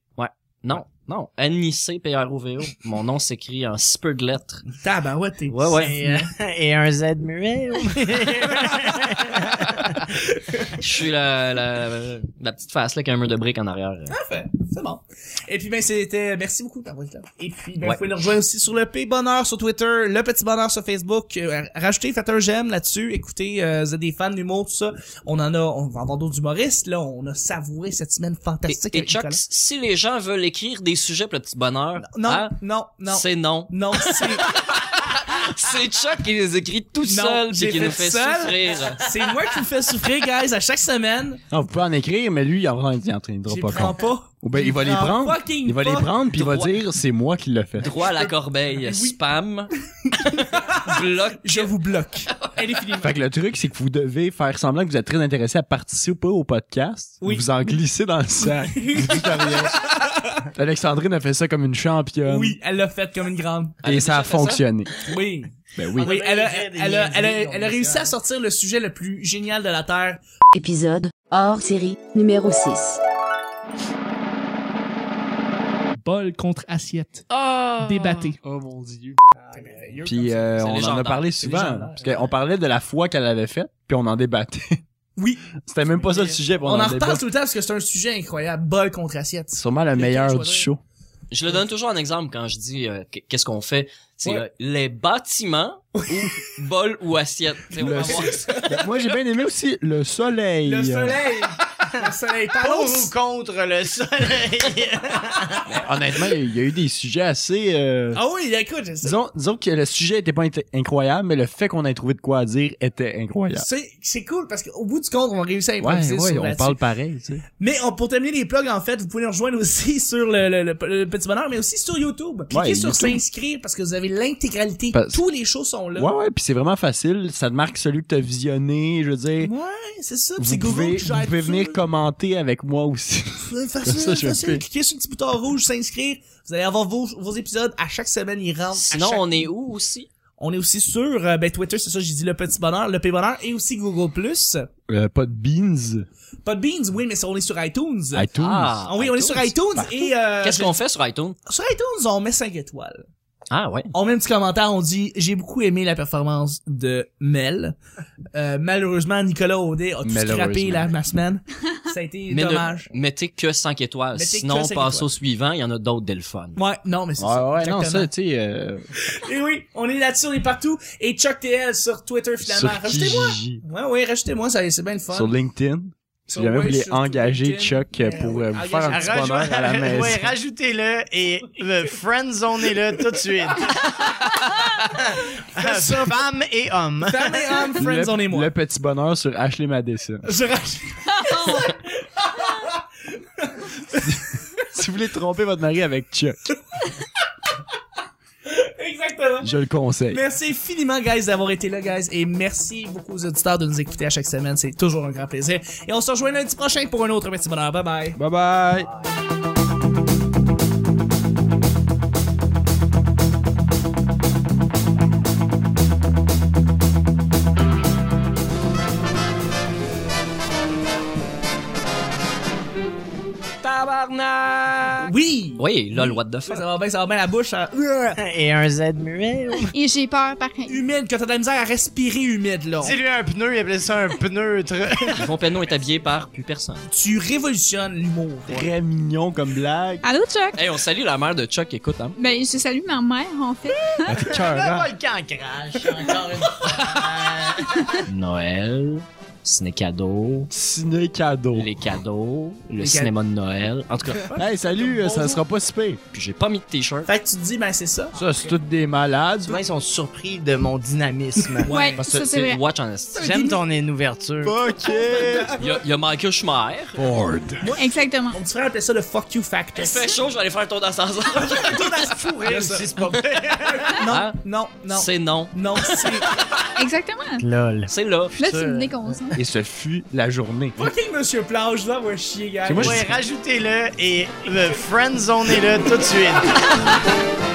C: Non, non. N-I-C-P-R-O-V-O. Mon nom s'écrit en si peu de lettres.
D: Tabarouette, t'es-
C: Ouais, ouais.
D: c'est,
E: Et, euh, et un Z muet.
C: Je suis la, la, la petite face là avec un mur de briques en arrière.
D: Parfait, c'est bon. Et puis ben c'était merci beaucoup d'avoir été là. Et puis ben
C: Ouais.
D: vous pouvez nous rejoindre aussi sur le P Bonheur sur Twitter, le Petit Bonheur sur Facebook, Euh, rajoutez faites un j'aime là-dessus, écoutez euh, vous êtes des fans d'humour tout ça. On en a on va avoir d'autres humoristes là, on a savouré cette semaine
C: Et,
D: fantastique
C: et
D: avec
C: Chuck,
D: Nicolas.
C: si les gens veulent écrire des sujets pour le petit bonheur,
D: Non,
C: hein,
D: non, non.
C: c'est non.
D: Non, c'est
C: C'est Chuck qui les écrit tout
D: Non,
C: seul
D: j'ai
C: puis qui
D: fait
C: nous fait
D: seul.
C: souffrir.
D: c'est moi qui vous fais souffrir guys à chaque semaine.
F: Non, vous pouvez en écrire, mais lui, il en il en traînera
D: J'y
F: pas
D: prends
F: compte.
D: pas.
F: Ou ben, il va les
D: prends
F: prendre.
D: fucking
F: Il va les
D: pas.
F: prendre, puis il va
C: Droit.
F: dire, c'est moi qui l'ai fait.
C: Droit à la corbeille,
D: *laughs*
C: spam, bloc.
D: Je vous bloque. Elle est finie.
F: Fait que le truc, c'est que vous devez faire semblant que vous êtes très intéressé à participer au podcast.
D: Oui.
F: Vous en glissez dans le sac. vous dites rien. Alexandrine a fait ça comme une championne.
D: Oui, elle l'a faite comme une grande.
F: Et ça a
C: déjà fait ça?
F: fonctionné.
D: Oui.
F: Ben oui.
D: Oui, elle a,
E: bien
D: elle,
E: des
D: a, elle, a, elle,
E: niaiseries,
D: a,
E: on
D: réussi
E: sait.
D: à sortir le sujet le plus génial de la Terre.
A: Épisode hors série numéro 6.
D: Bol contre assiette.
C: Ah!
D: Débatté.
F: Oh mon dieu. Puis euh,
C: C'est
F: on en a
C: légendaire.
F: parlé
C: C'est
F: souvent.
C: légendaire.
F: Parce qu'on parlait de la foi qu'elle avait faite, puis on en débattait.
D: *laughs* Oui.
F: C'était même pas ça le sujet. puis
D: On, en
F: débat.
D: reparle tout le temps parce que c'est un sujet incroyable. Bol contre assiette.
F: C'est sûrement le meilleur
D: choix
F: du
D: de-
F: show.
C: Je le donne toujours en exemple quand je dis euh, qu- qu'est-ce qu'on fait. C'est
D: Ouais.
C: euh, les bâtiments ou *laughs* bol ou assiette. Tu sais, on
F: Le-
C: va voir ça.
F: Ben, Moi, j'ai bien aimé aussi le soleil. Euh,
D: Le soleil. le soleil.
E: Pour
D: Parlons.
E: ou contre le soleil?
F: Honnêtement, il y a eu des sujets assez... euh,
D: Ah oui, écoute, je sais.
F: Disons, disons que le sujet était pas int- incroyable, mais le fait qu'on ait trouvé de quoi dire était incroyable.
D: C'est, c'est cool parce qu'au bout du compte, on réussit à
F: Ouais,
D: improviser
F: ouais,
D: sur
F: on
D: là-dessus.
F: parle pareil, tu sais.
D: Mais on- pour terminer les plugs, en fait, vous pouvez nous rejoindre aussi *laughs* sur le, le- le- le Petit Bonheur, mais aussi sur YouTube. Cliquez
F: Ouais,
D: sur
F: YouTube.
D: s'inscrire parce que vous avez l'intégralité.
F: Parce-
D: Tous les shows sont là.
F: Ouais, ouais, puis c'est vraiment facile. Ça te marque celui que t'as visionné, je veux dire.
D: Ouais, c'est ça.
F: Vous
D: C'est Google
F: pouvez,
D: qui
F: vous
D: gère
F: pouvez
D: tout.
F: venir commenter avec moi aussi.
D: Facile, facile,
F: Ça, je fais.
D: Cliquez sur le petit bouton rouge, s'inscrire. Vous allez avoir vos, vos épisodes. À chaque semaine, ils rentrent. À
C: Sinon,
D: chaque-
C: on est où aussi?
D: on est aussi sur euh, ben, Twitter, c'est ça, j'ai dit le petit bonheur, le petit bonheur et aussi Google+.
F: Euh, pas de beans.
D: Pas de beans, oui, mais ça, on est sur iTunes.
F: iTunes.
C: Ah,
D: Ah oui, on est sur iTunes et... euh,
C: Qu'est-ce qu'on fait sur iTunes?
D: Sur iTunes, on met 5 étoiles.
C: Ah ouais.
D: On met un petit commentaire, on dit « J'ai beaucoup aimé la performance de Mel. Euh, malheureusement, Nicolas Audet a tout
F: Malheureusement.
D: scrappé la, ma semaine. Ça a été
C: Mais ne-
D: dommage.
C: mettez que 5 étoiles.
D: Mettez que
C: Sinon,
D: 5
C: passe
D: étoiles.
C: au suivant. Il y en a d'autres dès le fun.
D: Ouais, non, mais c'est
F: Ouais,
D: ça.
F: ouais, non,
D: exactement.
F: ça, tu sais, euh,
D: Et Eh oui, on est là-dessus, on est partout. Et Chuck TL sur Twitter,
F: sur
D: finalement. Rajoutez-moi!
F: Kijiji,
D: Ouais, ouais, rajoutez-moi, ça- c'est bien le fun.
F: sur LinkedIn. Si jamais vous voulez engager Chuck euh, pour euh, vous faire un petit
E: Rajoute-
F: bonheur à la maison.
D: *laughs*
E: Ouais, rajoutez-le et le friendzonez-le tout de *laughs* suite. Euh, Femme et homme.
D: Femme et homme, friends, on
F: *laughs*
D: est
F: le,
D: moi.
F: le petit bonheur sur Ashley Madison. *laughs*
D: Je rachète.
F: si vous voulez tromper votre mari avec Chuck,
D: Exactement.
F: je le conseille.
D: Merci infiniment, guys, d'avoir été là, guys. Et merci beaucoup aux auditeurs de nous écouter à chaque semaine. C'est toujours un grand plaisir. Et on se rejoint lundi prochain pour un autre petit bonheur. Bye bye.
F: Bye bye.
D: Oui!
C: Oui, là, le what the
D: Ça *laughs*
C: fuck.
D: va bien, ça va bien la bouche. hein.
E: Et un Z muet.
G: Et j'ai peur, pareil.
D: Humide, quand t'as de la misère à respirer humide, là.
E: Dis-lui un pneu, il appelait ça un pneutre.
C: Yvon Penneau est habillé par plus personne.
D: Tu révolutionnes l'humour.
F: Très mignon comme blague.
G: Allô, Chuck?
C: Hey, on salue la mère de Chuck, écoute, hein.
G: Ben, je salue ma mère, en fait.
D: Ah,
E: Le volcan crache encore une fois.
C: Noël, ciné cadeau,
F: Ciné cadeau.
C: les cadeaux, le
D: Les
C: cinéma de Noël. En tout cas,
F: Hey, salut, euh, ça sera pas si pire.
C: puis j'ai pas mis de t-shirt.
D: Fait que tu te dis, ben c'est ça.
F: Ça, c'est toutes des malades.
E: Souvent, ils sont surpris de mon dynamisme.
G: Ouais,
C: Parce que
G: ça, c'est vrai.
C: Watch en esti.
E: J'aime ton ouverture.
F: Ok.
C: Il y a, il y a Michael Schumer.
F: Bored.
G: Exactement.
D: Mon petit frère appelait ça le fuck you factor.
C: Il fait chaud, je vais aller faire un tour d'ascenseur.
D: *laughs*
E: Même si c'est
C: *laughs*
E: pas vrai.
C: Hein?
D: Non, non, non.
C: C'est non.
D: Non,
C: *laughs*
D: c'est.
G: Exactement.
E: Lol.
C: C'est là.
G: Là, tu me déconcentres.
F: Et ce fut la journée.
D: Fucking Monsieur Plage, là, moi chier, gars.
F: C'est moi, je
E: Ouais, rajoutez-le et le friendzonez-le tout de suite.